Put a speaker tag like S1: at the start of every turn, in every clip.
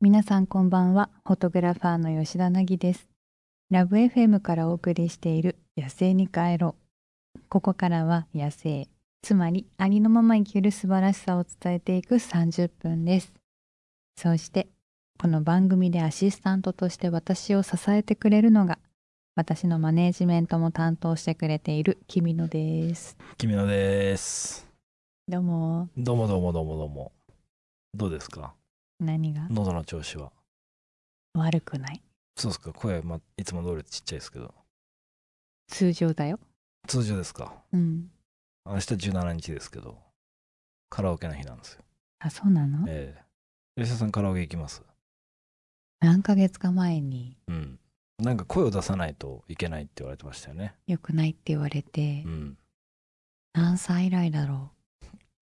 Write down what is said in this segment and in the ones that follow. S1: 皆さんこんばんはフォトグラファーの吉田凪ですラブ FM からお送りしている野生に帰ろうここからは野生つまりありのまま生きる素晴らしさを伝えていく30分ですそしてこの番組でアシスタントとして私を支えてくれるのが私のマネージメントも担当してくれている君野です
S2: 君野です。
S1: どうも
S2: どうもどうもどうもどうも。どうですか
S1: 何が
S2: 喉の調子は。
S1: 悪くない
S2: そうですか声、ま、いつも通りちっちゃいですけど。
S1: 通常だよ
S2: 通常ですか
S1: うん
S2: 明日17日ですけど。カラオケの日なんですよ。
S1: あそうなの
S2: ええ吉田さんカラオケ行きます
S1: 何ヶ月か前に
S2: うん。なんか声を出さないといけないって言われてましたよね。
S1: 良くないって言われて、
S2: うん。
S1: 何歳以来だろ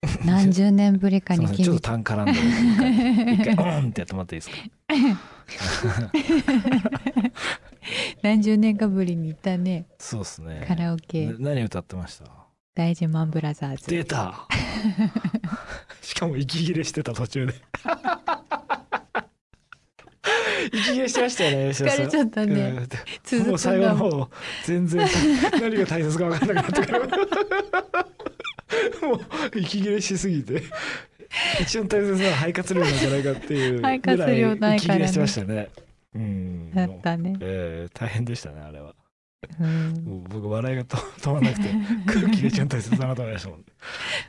S1: う何十年ぶりか
S2: すい
S1: に
S2: ませんちょっと単絡んでる。一回、一回、うんってやってもらっていいですか
S1: 何十年かぶりに行ったね
S2: そうですね。
S1: カラオ
S2: な
S1: ケ
S2: 何歌ってました
S1: 大事マンブラザーズ
S2: 出た しかも息切れしてた途 中で息切れしてましたよね吉
S1: 疲
S2: 田さん
S1: れちゃったね
S2: うん
S1: 続
S2: も
S1: く
S2: うん最
S1: だ
S2: 後
S1: もん
S2: の方全然何が大切か分かんなくなってくるもう息切れしすぎて一番大切なのは肺活量なんじゃないかっていう
S1: 肺
S2: ぐ
S1: 活量
S2: ら
S1: ないい
S2: 息
S1: からね
S2: 切れしてましたねうん
S1: だったね
S2: えー大変でしたねあれは
S1: うん
S2: もう僕笑いがと止まらなくて空気が一番大切だなと思いましたもん、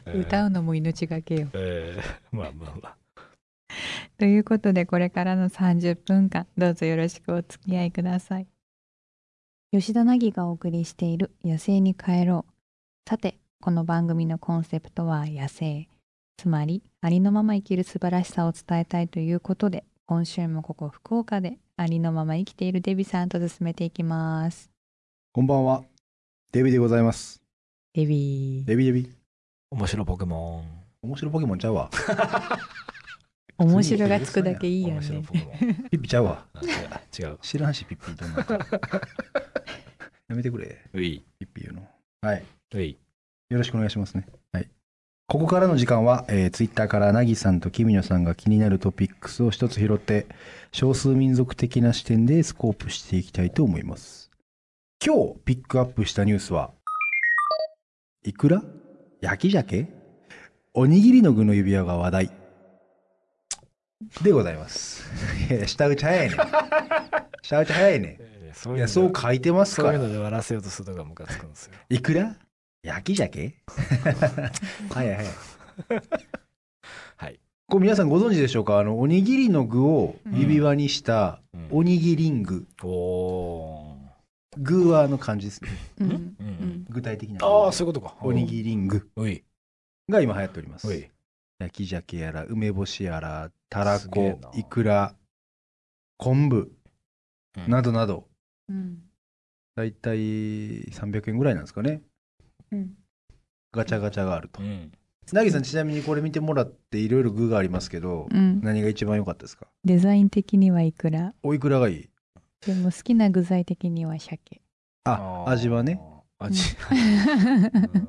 S2: えー
S1: 歌うのも命がけよ
S2: えー、まあまあまあ。
S1: ということでこれからの30分間どうぞよろしくお付き合いください吉田凪がお送りしている「野生に帰ろう」さてこの番組のコンセプトは「野生」つまりありのまま生きる素晴らしさを伝えたいということで今週もここ福岡でありのまま生きているデビさんと進めていきます
S3: こんばんは。デビでございます。
S1: デビ
S3: デビデビ。
S2: 面白ポケモン。
S3: 面白ポケモンちゃうわ。
S1: 面白がつくだけいいよ
S2: 面白
S1: ね
S2: ポケモン。
S3: ピッピちゃうわ。
S2: あ違う。違 う。
S3: 知ら んし、ピッピどんなんかやめてくれ。
S2: うい。
S3: ピッピ言うの。はい。
S2: うい。
S3: よろしくお願いしますね。はい。ここからの時間は、えー、ツイッターからなぎさんときみのさんが気になるトピックスを一つ拾って、少数民族的な視点でスコープしていきたいと思います。今日ピックアップしたニュースは、いくら焼き鮭おにぎりの具の指輪が話題。でございます。いやいや、下打ち早いね。下打ち早いね。
S2: えーそう
S3: い
S2: いう
S3: や、
S2: の
S3: そう書いてます
S2: そう
S3: か
S2: いう
S3: ら。
S2: ので笑らせようとするとがムカつくんですよ。
S3: いくら焼き鮭 はいはい。
S2: はい。
S3: これ皆さんご存知でしょうかあの、おにぎりの具を指輪にした、
S2: うん
S3: おにぎりん具。
S2: お
S3: 具はあの漢字ですね。
S1: うんんう
S2: う
S1: ん
S2: ん
S3: 具体的な。
S2: ああ、そういうことか。
S3: おにぎりん具
S2: うい。
S3: が今流行っております
S2: う。い。
S3: 焼き鮭やら、梅干しやら、たら
S2: すげえ
S3: こ
S2: な、
S3: いくら、昆布
S2: うん
S3: などなど、
S1: うん
S3: だいたい300円ぐらいなんですかね。
S1: うん
S3: ガチャガチャがあると
S2: う。ん。
S3: なぎさん、ちなみにこれ見てもらって、いろいろ具がありますけど、
S1: うん
S3: 何が一番良かったですか
S1: デザイン的にはいくら
S3: おいくらがいい
S1: でも好きな具材的には鮭
S3: あ、味はね。。
S2: 味。うん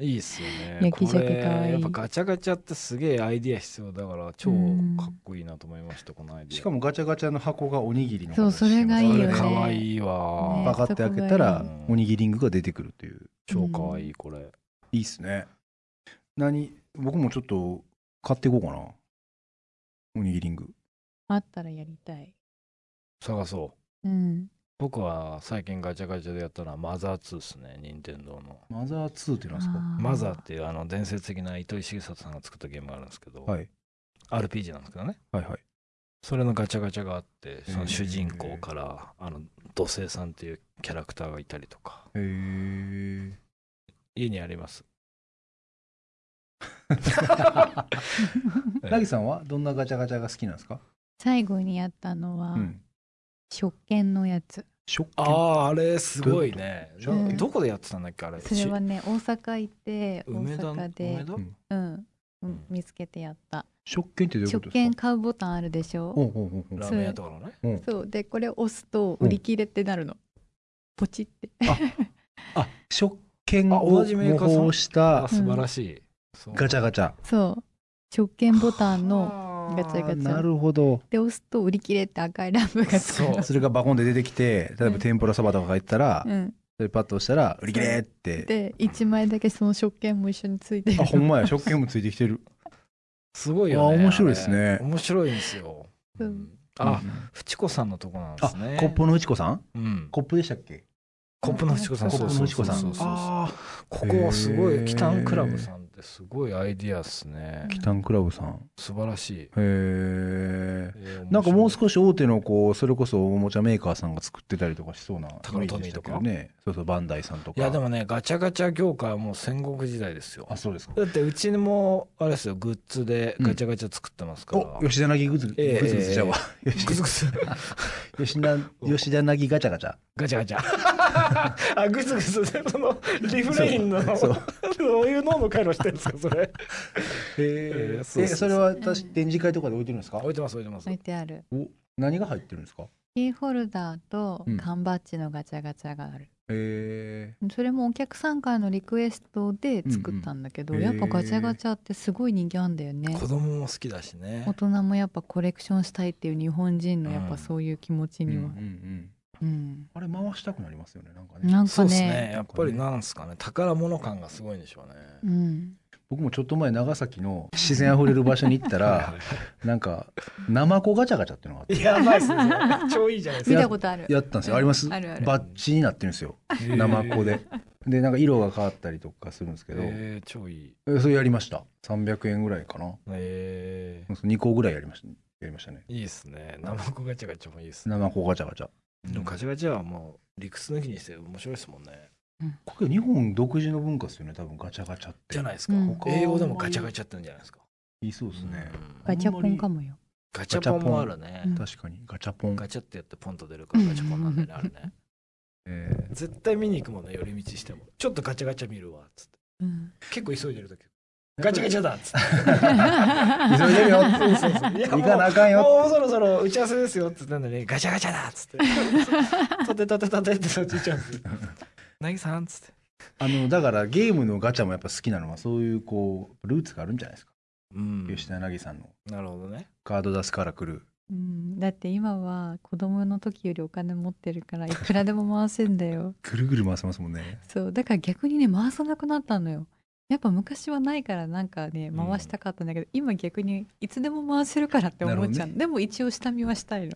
S2: いいっすよね。
S1: 焼き鮭
S2: これ
S1: かわいい
S2: やっぱガチャガチャってすげえアイディア必要だから超
S1: うん
S2: かっこいいなと思いました、このアイディア。
S3: しかもガチャガチャの箱がおにぎりの
S1: そう
S3: 形してます
S1: それがいいよね
S2: あれかわいいわ。
S1: ね
S3: パカって開けたらおにぎりングが出てくるという
S2: 超かわいい、これ。
S3: いいっすね何僕もちょっと買っていこうかなおにぎりング
S1: あったらやりたい。
S2: 探そう。
S1: うん。
S2: 僕は最近ガチャガチャでやったのはマザー2ですね、任天堂の。
S3: マザー2ってなんですか
S2: マザーっていうあの伝説的な糸井重里さんが作ったゲームがあるんですけど、
S3: はい
S2: RPG なんですけどね。
S3: はいはい
S2: それのガチャガチャがあって、その主人
S3: へ
S2: 公
S3: ー
S2: から、あの、土星さんっていうキャラクターがいたりとか、
S3: へ え
S2: 家にあります。
S3: ラギさんはどんなガチャガチャが好きなんですか
S1: 最後にやったのは、
S3: うん
S1: 食券のやつ。
S3: 食
S2: あ
S3: 券
S2: あ、あれすごいね。
S3: ど
S1: ういうこと
S2: どこでやってたんだっけ、あれ。
S1: それはね、大阪行って、
S2: し
S1: 大
S2: 梅田
S1: 阪
S2: 梅
S1: で、
S2: 田
S3: うん
S1: うん、う
S2: うん
S1: ん、見つけてやった。
S3: 食券ってどういうこ
S1: 食
S3: とです
S1: 券
S3: か
S1: 買うボタンあるでしょ
S3: ほうほうほうほう
S2: ラーメン屋とかのね。
S1: そう。で、これ押すと売り切れってなるの。ポチって。
S3: あ食券
S2: あ
S3: を
S2: 同じメー
S3: 模
S2: カーさん
S3: 倣した
S2: あ素晴らしい。そう
S3: ガチャガチャ
S1: そう。食券ボタンの
S3: は
S1: ガチャガチャ
S3: なるほど。
S1: で押すと売り切れって赤いランプがつく
S2: そう
S3: それがバコンで出てきて、例えば天ぷらそばとかが入ってたら
S1: う、ん、
S3: それパッと押したら、売り切れって。
S1: で1枚だけその食券も一緒についてる
S3: あ、ほんまや、食券もついてきてる。
S2: すごいよね。
S3: あ面白いですね
S2: あれ面白いんですよ。
S1: うん
S2: うんあ、
S3: うん、
S2: フチコさんのとこなんで
S3: あ
S2: すね。
S3: コップのうちこさん
S2: うん。
S3: コップでしたっけ
S2: コップのフチコさん。
S3: コッ
S2: そう
S3: プ
S2: そ
S3: の
S2: う
S3: うち
S2: そ
S3: こ
S2: う
S3: さん。
S2: そうそう
S3: あ
S2: ここはすご
S3: へー
S2: い、キタンクラブさんってすごいアイディアですね
S3: あ、。キタンクラブさん。
S2: 素晴らしい。え
S3: へえ。
S2: ー
S3: なんかもう
S2: 面
S3: 少し大手のこうそれこそおもちゃメーカーさんが作ってたりとかしそうな
S2: タ
S3: イ
S2: カ
S3: メ
S2: ラ
S3: ー
S2: ト
S3: ジ
S2: ミー
S3: でした
S2: と
S3: け
S2: か
S3: どねそうそうバンダイさんとか
S2: 白いいやでもねガチャガチャ業界はもう戦国時代ですよ
S3: あそうですか
S2: だってうちもあれですよグッズでガチャガチャ作ってますから、
S3: お吉田凪グズグ
S2: ええ
S3: ズグズじゃあわ
S2: グズグ ズ
S3: 吉田吉田凪ガチャガチャ
S2: ガチャガチャあグズグズでそのリフレインの
S3: そう
S2: そういう脳の回路してるんですかそれ
S3: へ
S2: え
S3: え
S2: そうそうそう
S3: それは私展示会とかで置いてるんですか
S2: 置いてます置いてます
S1: 置いてある
S3: お何が入ってるんですか
S1: キーホルダーと
S3: うん
S1: 缶バッジのガチャガチャがある、
S3: へえ
S1: それもお客さんからのリクエストで作ったんだけど、
S3: うんうん
S1: やっぱガチャガチャってすごい人気あんだよね
S2: 子供も好きだしね
S1: 大人もやっぱコレクションしたいっていう日本人のやっ
S2: う
S1: ぱ
S2: ん
S1: そういう気持ち
S3: うんう
S1: に
S3: んう
S1: は、
S3: ん
S1: うん
S3: あれ回したくなりますよねなんかね
S1: なんか
S2: そう
S1: ね
S2: ですねやっぱりなんすかね宝物感がすごいんでしょうね、
S1: うん、
S3: 僕もちょっと前長崎の自然あふれる場所に行ったらなんかナマコガチャガチャっていうのがあって
S2: や ばいっすねそれ超いいじゃない
S1: 見たことある
S3: やったんですよあります
S1: あるある
S3: バッチになってるんですよナマコででなんか色が変わったりとかするんですけど、
S2: えー、超いい
S3: えそれやりました300円ぐらいかな
S2: え
S3: 2個ぐらいやりましたやりましたね
S2: ー、いいっすねナマコガチャガチャもいいっすね
S3: ナマコガチャガチャ
S2: でもガチャガチャはもう理屈抜きにして面白いですもんね
S3: これ日本独自の文化ですよね多分ガチャガチャって
S2: じゃないですか、
S1: うん
S2: 英語でもガチャガチャってんじゃないですか
S3: いそうですね、
S2: うん
S1: ガチャポンかもよ
S2: ガチャポンもあるね、
S1: うん
S3: 確かにガチャポン、
S2: ガチャってやってポンと出るからガチャポンなんだよねあれね
S3: えー
S2: 絶対見に行くもんね寄り道してもちょっとガチャガチャ見るわっつって
S1: うん、
S2: 結構急いでる時ガチャガチャだっつって
S3: 急いでるよ
S2: そうそうそういや
S3: 行かなあかんよ
S2: もうそろそろ打ち合わせですよっつってんのにガチャガチャだっつって立て立て立てってそっち行っちゃうんですよなぎさんっつって
S3: あのだからゲームのガチャもやっぱ好きなのはそういうこうルーツがあるんじゃないです
S2: う
S3: か、
S2: ん
S3: 吉田凪さんの
S2: なるほどね
S3: カード出すから来る
S1: うん、だって今は子供の時よりお金持ってるからいくらでも回せんだよ
S3: ぐるぐる回せますもんね
S1: そうだから逆にね回さなくなったのよやっぱ昔はないからなんかね
S2: ん
S1: 回したかったんだけど、今逆にいつでも回せるからって思っちゃ
S3: なるほど
S1: う、
S3: ね
S1: でも一応下見は したいの、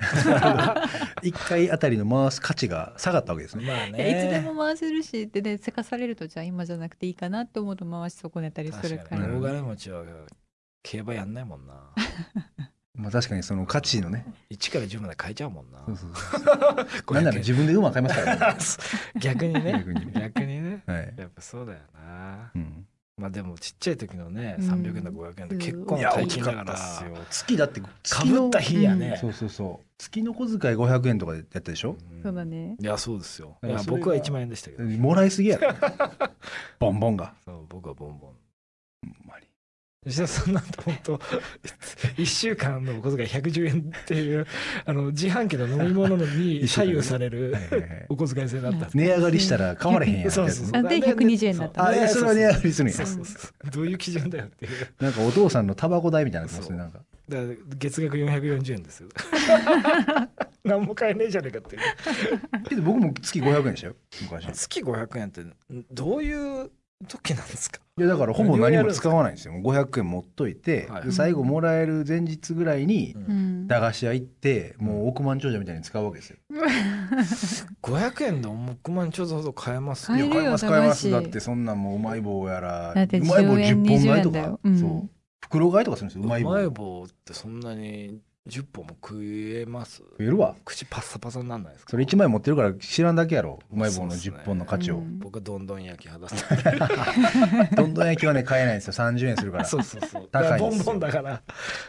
S3: 一回あたりの回す価値が下がったわけですね
S2: まあ
S1: いやいつで
S2: ね
S1: も回せるしってねせかされるとじゃあ今じゃなくていいかなって思うと回し損ねたりする
S2: 確
S1: か
S2: からに
S3: ね
S2: 大金持ちは競馬やんないもん な
S3: まあ確かにその価値のね
S2: 1から10まで変えちゃうもんな
S3: なんな
S2: 500
S3: ら
S2: 円
S3: 自分で馬買いますからね
S2: 逆にね
S3: 逆に
S2: 逆にね
S3: はい、
S2: やっぱそうだよな
S3: うん、
S2: まあでもちっちゃい時のね
S1: うん
S2: 300円だ500円って結構
S1: い
S2: な
S1: や
S2: 大
S1: 大
S2: 金
S1: き
S2: だから
S3: 月だって
S2: か
S3: 月
S2: ぶ
S3: の
S2: った日や
S1: う
S2: ね
S3: そうそうそう月の小遣い500円とかでやったでしょ、
S2: ん
S1: そうだね
S2: いやそうですよい
S3: だか
S2: や
S3: らそれが
S2: 僕は1万円でしたけど
S3: もらいす ぎやろボンボンが
S2: そう僕はボンボン
S3: ほんまに
S2: 吉田さんなんて本当1週間のお小遣い110円っていうあの自販機の飲み物に
S3: 一週
S2: 左
S3: 間ね
S2: 右される
S3: はいはいはい
S2: お小遣い制だったんです
S3: 値上がりしたら買われへんやんってやつ
S2: そうそうそう
S1: あで120円だった
S3: あいやそれは値上がりするんや
S2: そうそうそうどういう基準だよっていう
S3: なんかお父さんのタバコ代みたいなやつです
S2: そう
S3: ねなんか
S2: だから月額440円 ですよ何も買えねえじゃねえかっていう
S3: けど僕も月500円でしたよ昔
S2: 月500円ってんどういう時なんですか
S3: いやだからほぼ何も使わないんですよもう500円持っといて、
S2: はい
S3: で最後もらえる前日ぐらいに
S2: うん
S1: うん
S3: 駄菓子屋行ってもう億万長者みたいに使うわけですよ。
S2: 500円で億万ちょっとほど買えます
S1: 買える
S3: い
S1: よ
S3: や買います買います
S1: 駄
S3: だ
S1: 菓子
S3: ってそんなんもううまい棒やら
S1: だって
S3: うまい棒
S1: 10円
S3: 10本買
S1: 20
S3: いと
S1: 円だ
S3: か
S1: よ、うん
S3: そう袋買いとかするんですよ
S2: う
S3: うま
S2: ま
S3: い棒
S2: い
S3: 増
S2: 棒ってそんなに10本も食えます
S3: えるわ
S2: 口パッサパサになんないですか
S3: それ1枚持ってるから知らんだけやろうまい棒の
S2: そうっすね
S3: 10本の価値を、
S1: うん
S2: 僕はどんどん焼き派だったんで
S3: どんどん焼きはね買えないんですよ30円するから
S2: そうそうそう
S3: 高いです
S2: ボンボンだから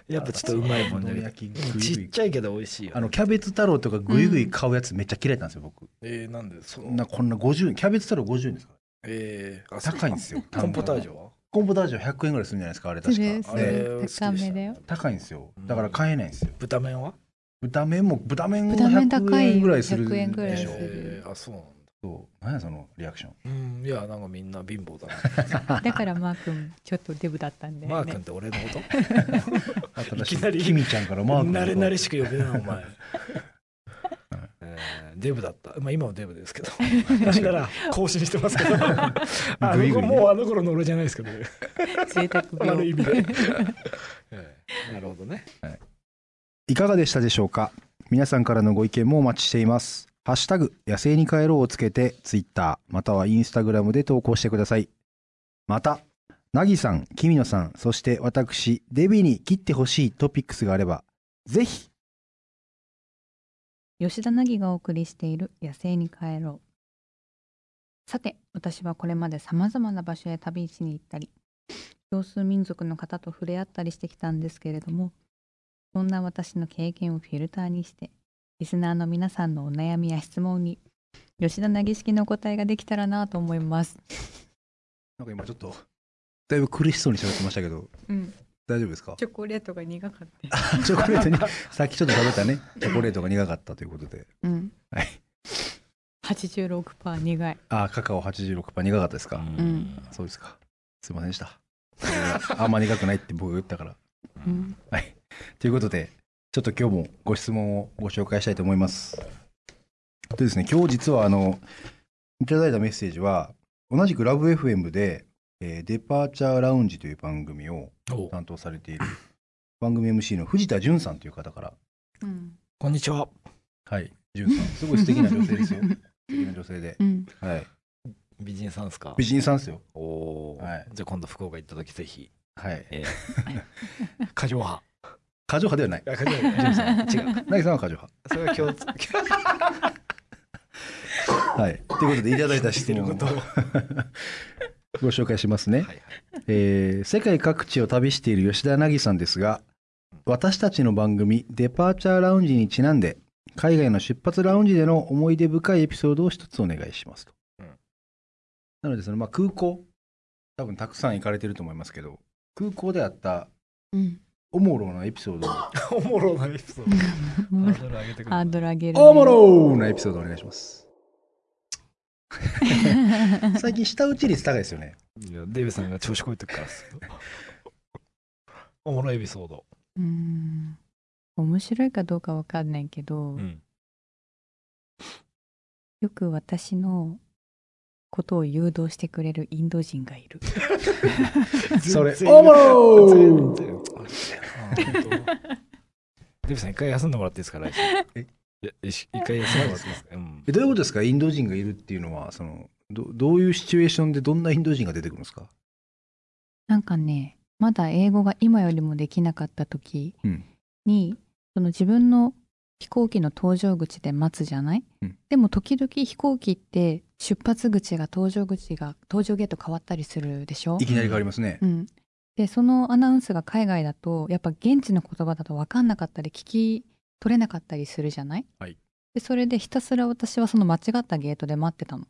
S2: やっぱちょっとうまいもんじゃ
S3: どんどん
S2: なく
S3: 焼き
S2: て
S3: 食い食
S2: ち
S3: い
S2: っちゃいけど美味しいよ
S3: あのキャベツ太郎とかグイグイ買うやつめっちゃ嫌いなんですよ僕
S2: えー、なんでそ
S3: そ
S2: ん
S3: ん
S2: な
S3: なこんな50円キャベツ太郎50円ですか
S2: えー、あ
S3: 高いんですよ
S2: そうコンポタージュは
S3: コンポタージュ100円ぐらいするんじゃないですかあれ確か
S1: です
S2: あ
S1: ね
S2: れ
S3: ね
S2: 好きでした
S1: 高めだよ
S3: 高いんですよだから買えないんですよ
S2: 豚麺は
S3: 豚麺も豚麺も
S1: 豚麺高
S3: 100
S1: いよ
S3: 円ぐらいする
S1: 100円ぐら
S3: で
S1: い
S3: し
S1: す
S3: ょ
S1: る
S2: えー、あそうなんだ
S3: そう何やそのリアクション
S2: うん、いや、なんかみんな貧乏だな。
S1: だからマー君ちょっとデブだったんだよね
S2: マー君って俺のこ
S3: 新し
S2: いきなり
S3: キミちゃんから
S2: と
S3: マーク
S2: 慣れ慣れしく呼べ な、お前。えーデブだった。まあ今はデブです けど。私なら更新してますけ ど。あの
S3: グイグ
S2: 頃
S3: イね
S2: もうあの頃の俺じゃないですけどね。
S1: 贅沢病
S2: 悪い意 味で。えーなるほどね。
S3: いかがでしたでしょうか皆さんからのご意見もお待ちしていますハッシュタグ野生に帰ろうをつけてツイッターまたはインスタグラムで投稿してくださいまたなぎさん、きみのさん、そして私、デビに切ってほしいトピックスがあれば、ぜひ
S1: 吉田凪がお送りしている「野生に帰ろう」さて私はこれまでさまざまな場所へ旅しに行ったり少数民族の方と触れ合ったりしてきたんですけれどもそんな私の経験をフィルターにしてリスナーの皆さんのお悩みや質問に吉田凪式のお答えができたらなと思います。
S3: なんか今ちょっと、だいぶ苦しそうに喋ってましたけど、
S1: うん、
S3: 大丈夫ですか
S1: チョコレートが苦かった。
S3: チョコレートに、さっきちょっと食べたね、チョコレートが苦かったということで。
S1: うん。
S3: はい。
S1: 86%苦い。
S3: あー、カカオ86%パー苦かったですか、
S1: ん
S3: そうですか。すいませんでした。あんま苦くないって僕が言ったから。
S1: うん。
S3: はい。ということで、ちょっと今日もご質問をご紹介したいと思います。でですね、今日実はあの、いただいたメッセージは、同じくラブ f m で、えーデパーチャーラウンジという番組を
S2: おう
S3: 担当され ている番組 MC の藤田淳さんという方から
S1: うん。
S2: こんにちは。
S3: はい、ジュンさん。すごい素敵な女性 ですよ。素敵な女性で
S1: う。ん。
S3: はい。
S2: 美人さんですか
S3: 美人さんですよ。
S2: おー
S3: はい
S2: じゃあ今度福岡行った時ぜひ。
S3: はい。
S2: えー過剰派。
S3: 過剰派で はない。
S2: あ過剰派
S3: ジュンさん。
S2: 違う。
S3: なぎさんは過剰派。
S2: それは共通。
S3: はい。ということで、いただいた
S2: し
S3: 質問
S2: てることを
S3: をご紹介しますね。
S2: はいはい
S3: えー世界各地を旅している吉田凪さんですが、私たちの番組、デパーチャーラウンジにちなんで、海外の出発ラウンジでの思い出深いエピソードを一つお願いしますと。
S2: うん
S3: なので、その、まあ、空港、多分たくさん行かれてると思いますけど、空港であった
S1: うん。
S3: おもろなエピソードを
S2: おもろなエピソード。ハードル上げてく
S1: ハー
S2: る。
S1: ドル上げる、
S3: おもろーなエピソードお願いします。最近、下打ち率高いですよね。
S2: いや、デイブさんが調子こいてるからっす。 おもろいエピソード。
S1: うーん面白いかどうかわかんないけど、
S2: うん。
S1: よく私のことを誘導してくれるインド人がいる。
S3: それ
S2: 全、然
S3: おもろ
S2: 全
S3: ー
S2: 然あー本当デイブさん、一回休んでもらっていいですか、来週。
S3: え
S2: いや一一回休んでもらっていいですか。うん
S3: えどういうことですかインド人がいるっていうのは、その、どどういうシチュエーションでどんなインド人が出てくるんですか
S1: なんかねまだ英語が今よりもできなかった時
S3: うん
S1: に、その自分の飛行機の搭乗口で待つじゃない、
S3: うん
S1: でも時々飛行機って出発口が搭乗口が搭乗ゲート変わったりするでしょ
S3: い、きなり変わりますね
S1: う。ん、でそのアナウンスが海外だとやっぱ現地の言葉だと分かんなかったり聞き取れなかったりするじゃない、
S3: はい
S1: でそれでひたすら私はその間違ったゲートで待ってたの、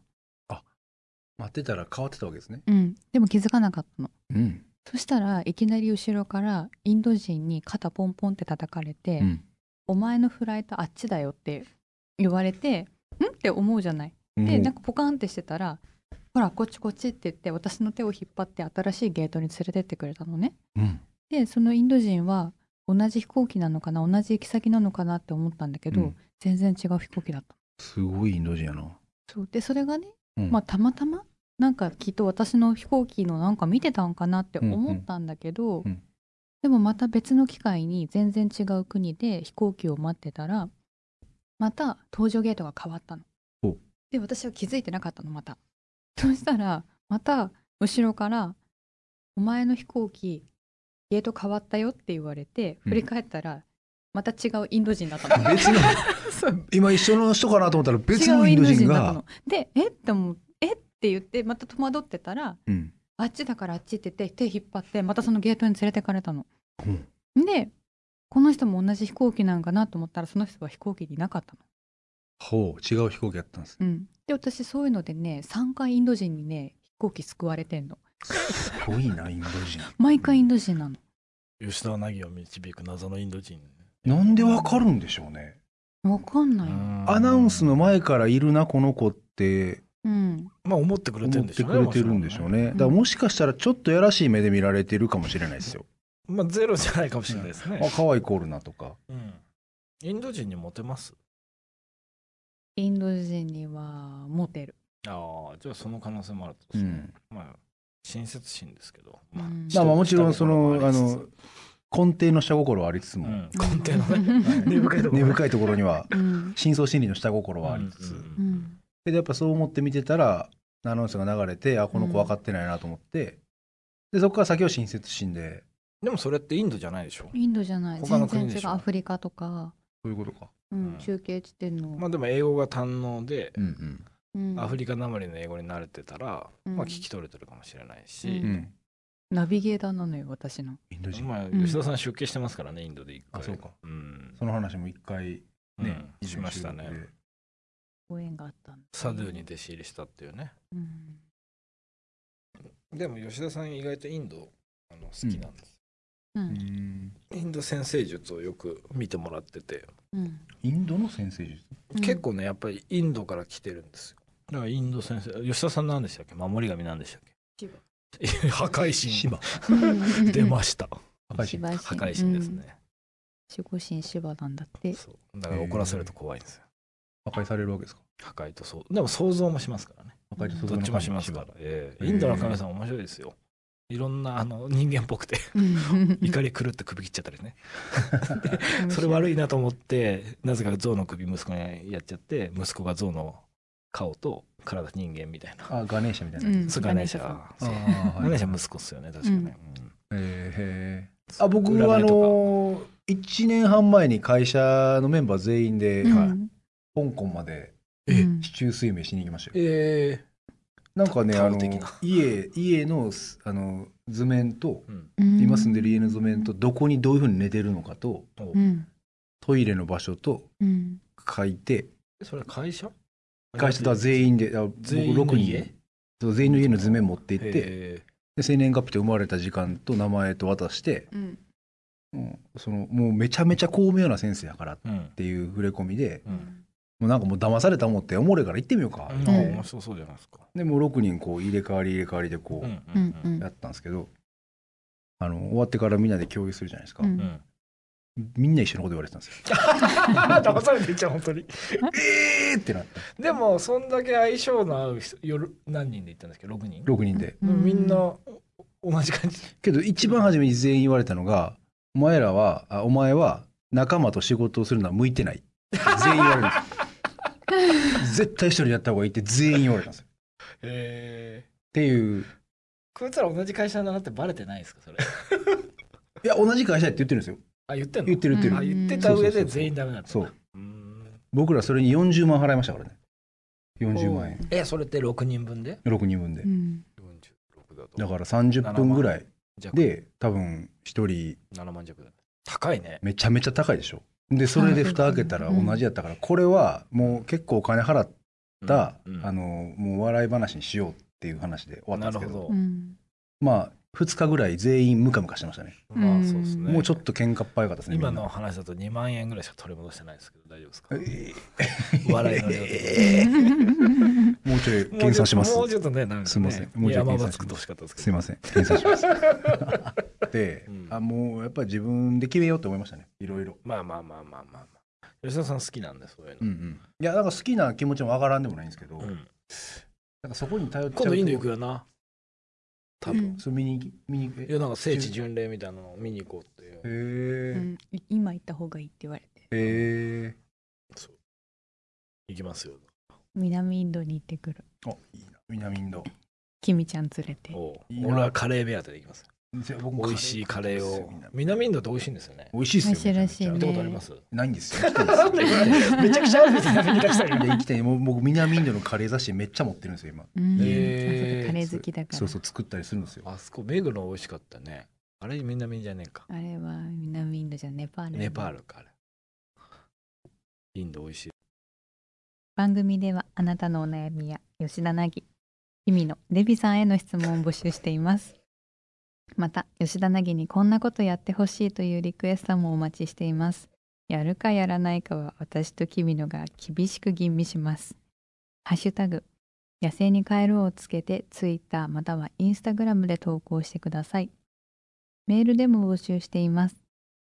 S3: 待ってたら変わってたわけですね。
S1: うん、でも気づかなかったの。
S3: うん。
S1: そしたらいきなり後ろからインド人に肩ポンポンって叩かれて「
S3: うん
S1: お前のフライトあっちだよ」って言われて「ん?」って思うじゃない。
S3: も
S1: で
S3: う
S1: なんかポカンってしてたら「ほらこっちこっち」って言って私の手を引っ張って新しいゲートに連れてってくれたのね。
S3: うん
S1: でそのインド人は同じ飛行機なのかな同じ行き先なのかなって思ったんだけど、
S3: うん
S1: 全然違う飛行機だった。
S3: すごいインド人やな。
S1: そうでそれがね、
S3: うん
S1: まあ、たまたまなんかきっと私の飛行機のなんか見てたんかなって思ったんだけど、
S3: んうん
S1: でもまた別の機会に全然違う国で飛行機を待ってたらまた搭乗ゲートが変わったの
S3: ほう。
S1: で私は気づいてなかったのまた。 そしたらまた後ろから「お前の飛行機ゲート変わったよ」って言われて
S3: うん
S1: 振り返ったら、また違うインド人だったの。
S3: 別の、
S1: そう
S3: 今一緒の人かなと思ったら別
S1: 違
S3: の
S1: う
S3: イ
S1: イ
S3: ン
S1: ン
S3: ド
S1: ド
S3: 人
S1: 人だった
S3: が
S1: の。。で、えって思う、えって言って、また戸惑ってたら、
S3: うん。
S1: あっちだからあっちって言って、手引っ張って、またそのゲートに連れてかれたの。
S3: うん
S1: で、この人も同じ飛行機なんかなと思ったら、その人は飛行機にいなかったの。
S3: ほう、違う飛行機やったんです。
S1: うん。で、私、そういうのでね、3回インド人にね、飛行機救われてんの。
S3: すごいな、インド 人。
S1: 毎回インド人なの。
S2: 吉田凪を導く謎のインド人。
S3: なんでわかるんでしょうね。
S1: わかんないよ。
S3: アナウンスの前からいるな、この子っって
S1: うん、
S2: まあ思ってくれて
S3: 思
S2: る
S3: っ
S2: んでしてょうね。
S3: くれてるんでしょうね。だ
S1: ん
S3: からもしかしたらちょっとやらしい目で見られてるかもしれないですよ。
S2: まあ。まあゼロじゃないかもしれないですね
S3: あ。可愛いコールなとか。
S2: うんインド人にモテます
S1: インド人にはモテる、
S2: ああ、じゃあその可能性もあると、
S3: うん。
S2: まあ、親切心ですけど。
S1: うん
S3: まあまあもちろんその
S2: 下心もりつ
S3: 根底の下心はありつつ
S2: つう
S3: も、
S2: ん、根底のね、
S3: はい
S2: 根深いところ
S3: 根深いところには
S1: うん
S3: 深層心理の下心はありつつ、
S1: う
S2: うん
S1: ん
S3: けどやっぱそう思って見てたらアナウンスが流れてあこの子分かってないなと思って、でそこから先を親切心で
S2: でもそれってインドじゃないでしょ。
S1: インドじゃない
S2: 他の
S1: 全
S2: 国
S1: 然
S2: で
S1: 違
S2: し
S1: う
S2: ょ
S1: アフリカとか、
S3: そういうことか、
S1: うん
S2: うん
S1: 中継地点の、
S2: まあでも英語が堪能で、
S3: うんうん
S1: うん
S2: アフリカなまりの英語に慣れてたら、
S1: うん
S2: まあ聞き取れてるかもしれないし、
S1: うんナビゲーターなのよ私の
S3: インド人、
S2: まあ
S1: ん
S2: 吉田さん出家してますからね、インドで一回。
S3: あそうか。
S2: ん。
S3: その話も一回ね、
S2: うんしましたね。
S1: ご縁があったんだ
S2: サドゥに弟子入りしたっていうね。
S1: うん
S2: でも吉田さん意外とインドあの好きなんです、
S1: う
S3: うんん
S2: インド先生術をよく見てもらってて、
S1: うん
S3: インドの先生術
S1: うん
S2: 結構ねやっぱりインドから来てるんですよだからインド先生吉田さんなんでしたっけ守り神なんでしたっ
S1: 千
S2: け破壊神 出ました
S3: 赤石
S1: 千葉市
S2: 破壊神ですね、
S1: 守護神芝なんだって
S2: そうだから怒らせると怖いんですよ
S3: 破壊されるわけですか
S2: 破壊とそうでも想像もしますからね
S3: 破壊と
S2: どっちもしますから、ええインドの神様面白いですよいろんなあの人間っぽくて 怒り狂って首切っちゃったりねそれ悪いなと思ってなぜか象の首息子にやっちゃって息子が象の顔と体人間みたいな、
S3: あガネーシャみたいな、
S1: うん
S2: そうガネーシャが
S3: あ
S2: そう
S3: ー
S2: ガ
S3: はい
S2: ネーシャ息子っすよね確かね、うん
S3: えーへーあ僕
S2: 占いとか
S3: はあの1年半前に会社のメンバー全員で、
S1: うん
S3: はい香港まで
S2: え
S1: うん
S3: 市中水明しに行きましたよ
S2: え
S3: なんかね
S2: タ
S3: あ
S2: オ
S3: の
S2: 的な
S3: 家家のすあの図面と
S2: えうん
S1: うん
S3: 今住んでる家の図面とどこにどういうふうに寝てるのかと
S2: お
S1: うん
S3: トイレの場所と
S1: うん
S3: 書いて
S2: それは会社
S3: 会社とは全員であ僕
S2: 全員の
S3: 6
S2: 家
S3: 人そう全員の家の図面持って行って
S2: え
S3: で生年月日と生まれた時間と名前と渡して、
S1: うん
S3: うんそのもうめちゃめちゃ巧妙な先生やからっ
S2: えうん
S3: ていう触れ込みで
S2: うん
S3: もうなんかもう騙された思っておもれえから行ってみようか、
S2: うん
S1: うん
S2: 面白そうじゃないですか
S3: でもう6人こう入れ替わり入れ替わりでこ
S2: う
S3: うん
S1: う
S2: うんうん
S1: ん
S3: やったんですけど、あの終わってからみんなで共有するじゃないですか、
S1: うん
S2: うん
S3: みんな一緒のこと言われてたんですよ。
S2: 騙されてっちゃう本当に
S3: えーってなって
S2: でもそんだけ相性の合う人夜何人で行ったんですっけど6人
S3: 6人で。
S1: うん
S2: みんなお同じ感じ
S3: けど一番初めに全員言われたのが「お前らはあお前は仲間と仕事をするのは向いてない」全員言われる んですよ絶対一人でやった方がいいって全員言われたんですよ。っ
S2: ええ
S3: ていう
S2: こいつら同じ会社だなってバレてないですかそれ
S3: いや同じ会社やって言ってるんですよ
S2: あ言ってんの
S3: 言ってる言ってる、
S2: あ
S1: うん
S2: 言ってた上
S3: そうそうそ
S2: で
S3: うそう
S2: 全員ダメだった
S3: そ
S2: んだ
S3: う
S2: うーん
S3: 僕らそれに40万払いましたからね40万円
S2: えそれって6人分で
S3: 6人分で
S1: うん
S2: 46だと
S3: だから30分ぐらい
S2: 弱
S3: で多分1人
S2: 7万弱だね高いね
S3: めちゃめちゃ高いでしょでそれで蓋開けたら同じやったからこれはもう結構お金払ってった、
S2: うん
S3: あのもう笑い話にしようっていう話で終わったんですけど
S2: なるほ
S1: う
S2: ど
S1: ん
S3: まあ2日ぐらい全員ムカムカしてましたね、
S2: まあそうですね
S3: もうちょっと喧嘩っ早かったですね
S2: 今の話だと2万円ぐらいしか取り戻してないですけど大丈夫ですか
S3: みんなえ
S2: 笑いの量的
S3: え ーもうちょい計算します
S2: もうちょっとねなんかね
S3: すいませんもうちょい
S2: 山
S3: 計
S2: 場
S3: 算します
S2: 作ってほしかったですけど
S3: すいません 計算しますで、
S2: うん
S3: あもうやっぱり自分で決めようって思いましたねいろいろ
S2: まあまあまあまあまあ、まあ、吉田さん好きなんでそういう
S3: うんう
S2: の、
S3: んいやなんか好きな気持ちもわからんでもないんですけど、
S2: う
S3: なん
S2: ん
S3: かそこに頼っちゃうと
S2: 今度インド行くよな多分、
S3: そう見に行き見に行く
S2: いやなんか聖地巡礼みたいなのを見に行こうっていう
S3: へ
S1: う
S3: ー
S1: ん今行った方がいいって言われて
S3: へ
S2: 行きますよ
S1: 南インドに行ってくる
S3: ーあいいな南インド
S1: キミちゃん連れて
S2: おう
S3: いいな
S2: 俺はカレー目当てで行きます
S3: じゃあ僕も
S2: 美味しいカレーを
S3: みんな
S2: 南インドって美味しいんですよね
S3: 美味しいですよ
S1: 美味しいらし
S2: 行っ
S1: い
S2: た
S1: ね
S2: ことあります
S3: ないんですよ。
S2: なんでめちゃくちゃあるんですよ南インド来たら
S3: いや行きたいもう僕南インドのカレー雑誌めっちゃ持ってるんですよ今
S1: うんあそうか
S2: へー
S1: カレー好きだから
S3: そうそう作ったりするんですよ
S2: あそこメグの美味しかったねあれ南インじゃねえか
S1: あれは南インドじゃネパール
S2: ネパールかあれインド美味しい
S1: 番組ではあなたのお悩みや吉田凪君のデビさんへの質問を募集していますまた吉田凪にこんなことやってほしいというリクエストもお待ちしていますやるかやらないかは私と君のが厳しく吟味しますハッシュタグ野生に帰ろうをつけてツイッターまたはインスタグラムで投稿してください。メールでも募集しています。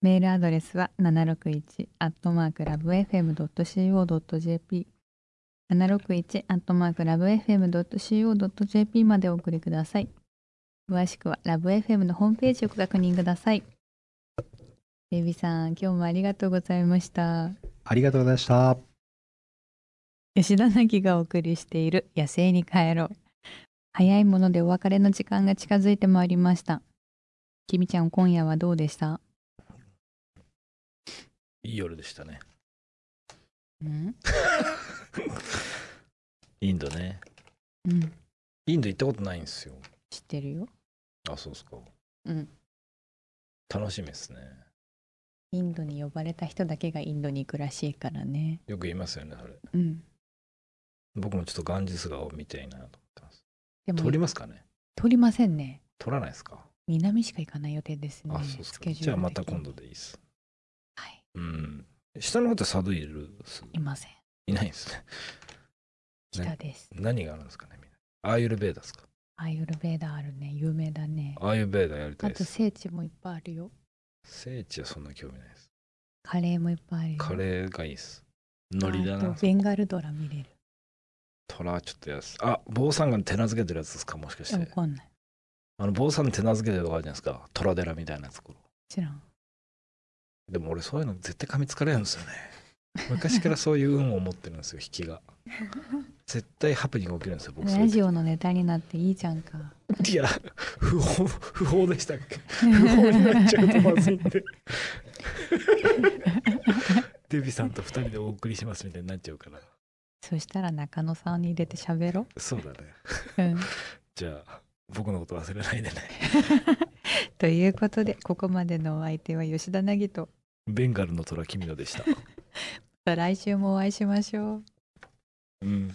S1: メールアドレスは 761-lovefm.co.jp 761-lovefm.co.jp までお送りください。詳しくはラブ f m のホームページをご確認ください。ベイビーさん、今日もありがとうございました。
S3: ありがとうございました。
S1: 吉田凪がお送りしている「野生に帰ろう」早いものでお別れの時間が近づいてまいりましたきみちゃん今夜はどうでした
S2: いい夜でしたね。
S1: うん、
S2: インドね。
S1: うん、
S2: インド行ったことないんですよ。
S1: 知ってるよ
S2: あ、そうですか。
S1: うん
S2: 楽しみですね。
S1: インドに呼ばれた人だけがインドに行くらしいからね
S2: よく言いますよね、それ。
S1: うん
S2: 僕もちょっとガンジス川を見たいなと思ってます。
S1: でも
S2: 撮りますかね
S1: 通りませんね
S2: 撮らないですか
S1: 南しか行かない予定ですね
S2: あ、そうです
S1: ス
S2: か。
S1: ケジュール
S2: じゃあまた
S1: 的に
S2: 今度でいいです。
S1: はい
S2: うん。下の方ってサドゥいるっす
S1: いません
S2: いないんですね。
S1: 北です、
S2: 何があるんですかねみんな。アーユルベーダですか
S1: アーユルベーダあるね有名だね
S2: アーユルベーダやりた
S1: あ
S2: いで
S1: と
S2: す。
S1: 聖地もいっぱいあるよ
S2: 聖地はそんな興味ないです。
S1: カレーもいっぱいあるよ
S2: カレーがいいです。ノリだ
S1: あ
S2: な
S1: と。ベンガルドラ見れる
S2: トラはちょっとやす。あ、坊さんが手なずけてるやつですかもしかし
S1: わ
S2: て。
S1: かんない
S2: あの坊さんの手なずけてるとこあるじゃないですか。トラ寺みたいなところ。
S1: 知らん
S2: でも俺そういうの絶対噛みつかれるんですよね。 昔からそういう運を持ってるんですよ、引 きが。絶対ハプニング起きるんですよ、僕そうい
S1: ラ
S2: う時
S1: ジオのネタになっていいじゃん か。
S2: いや、不法、不法でしたっけ 不法になっちゃうとまずいん で。デビさんと二人でお送りしますみたいになっちゃうから。
S1: そしたら中野さんに入れて喋ろ。
S2: そうだね。
S1: うん、
S2: じゃあ、僕のこと忘れないでね。
S1: ということでここまでのお相手は吉田凪と
S2: ベンガ ルの虎、君野でした。
S1: また来週もお会いしましょう。
S2: うん。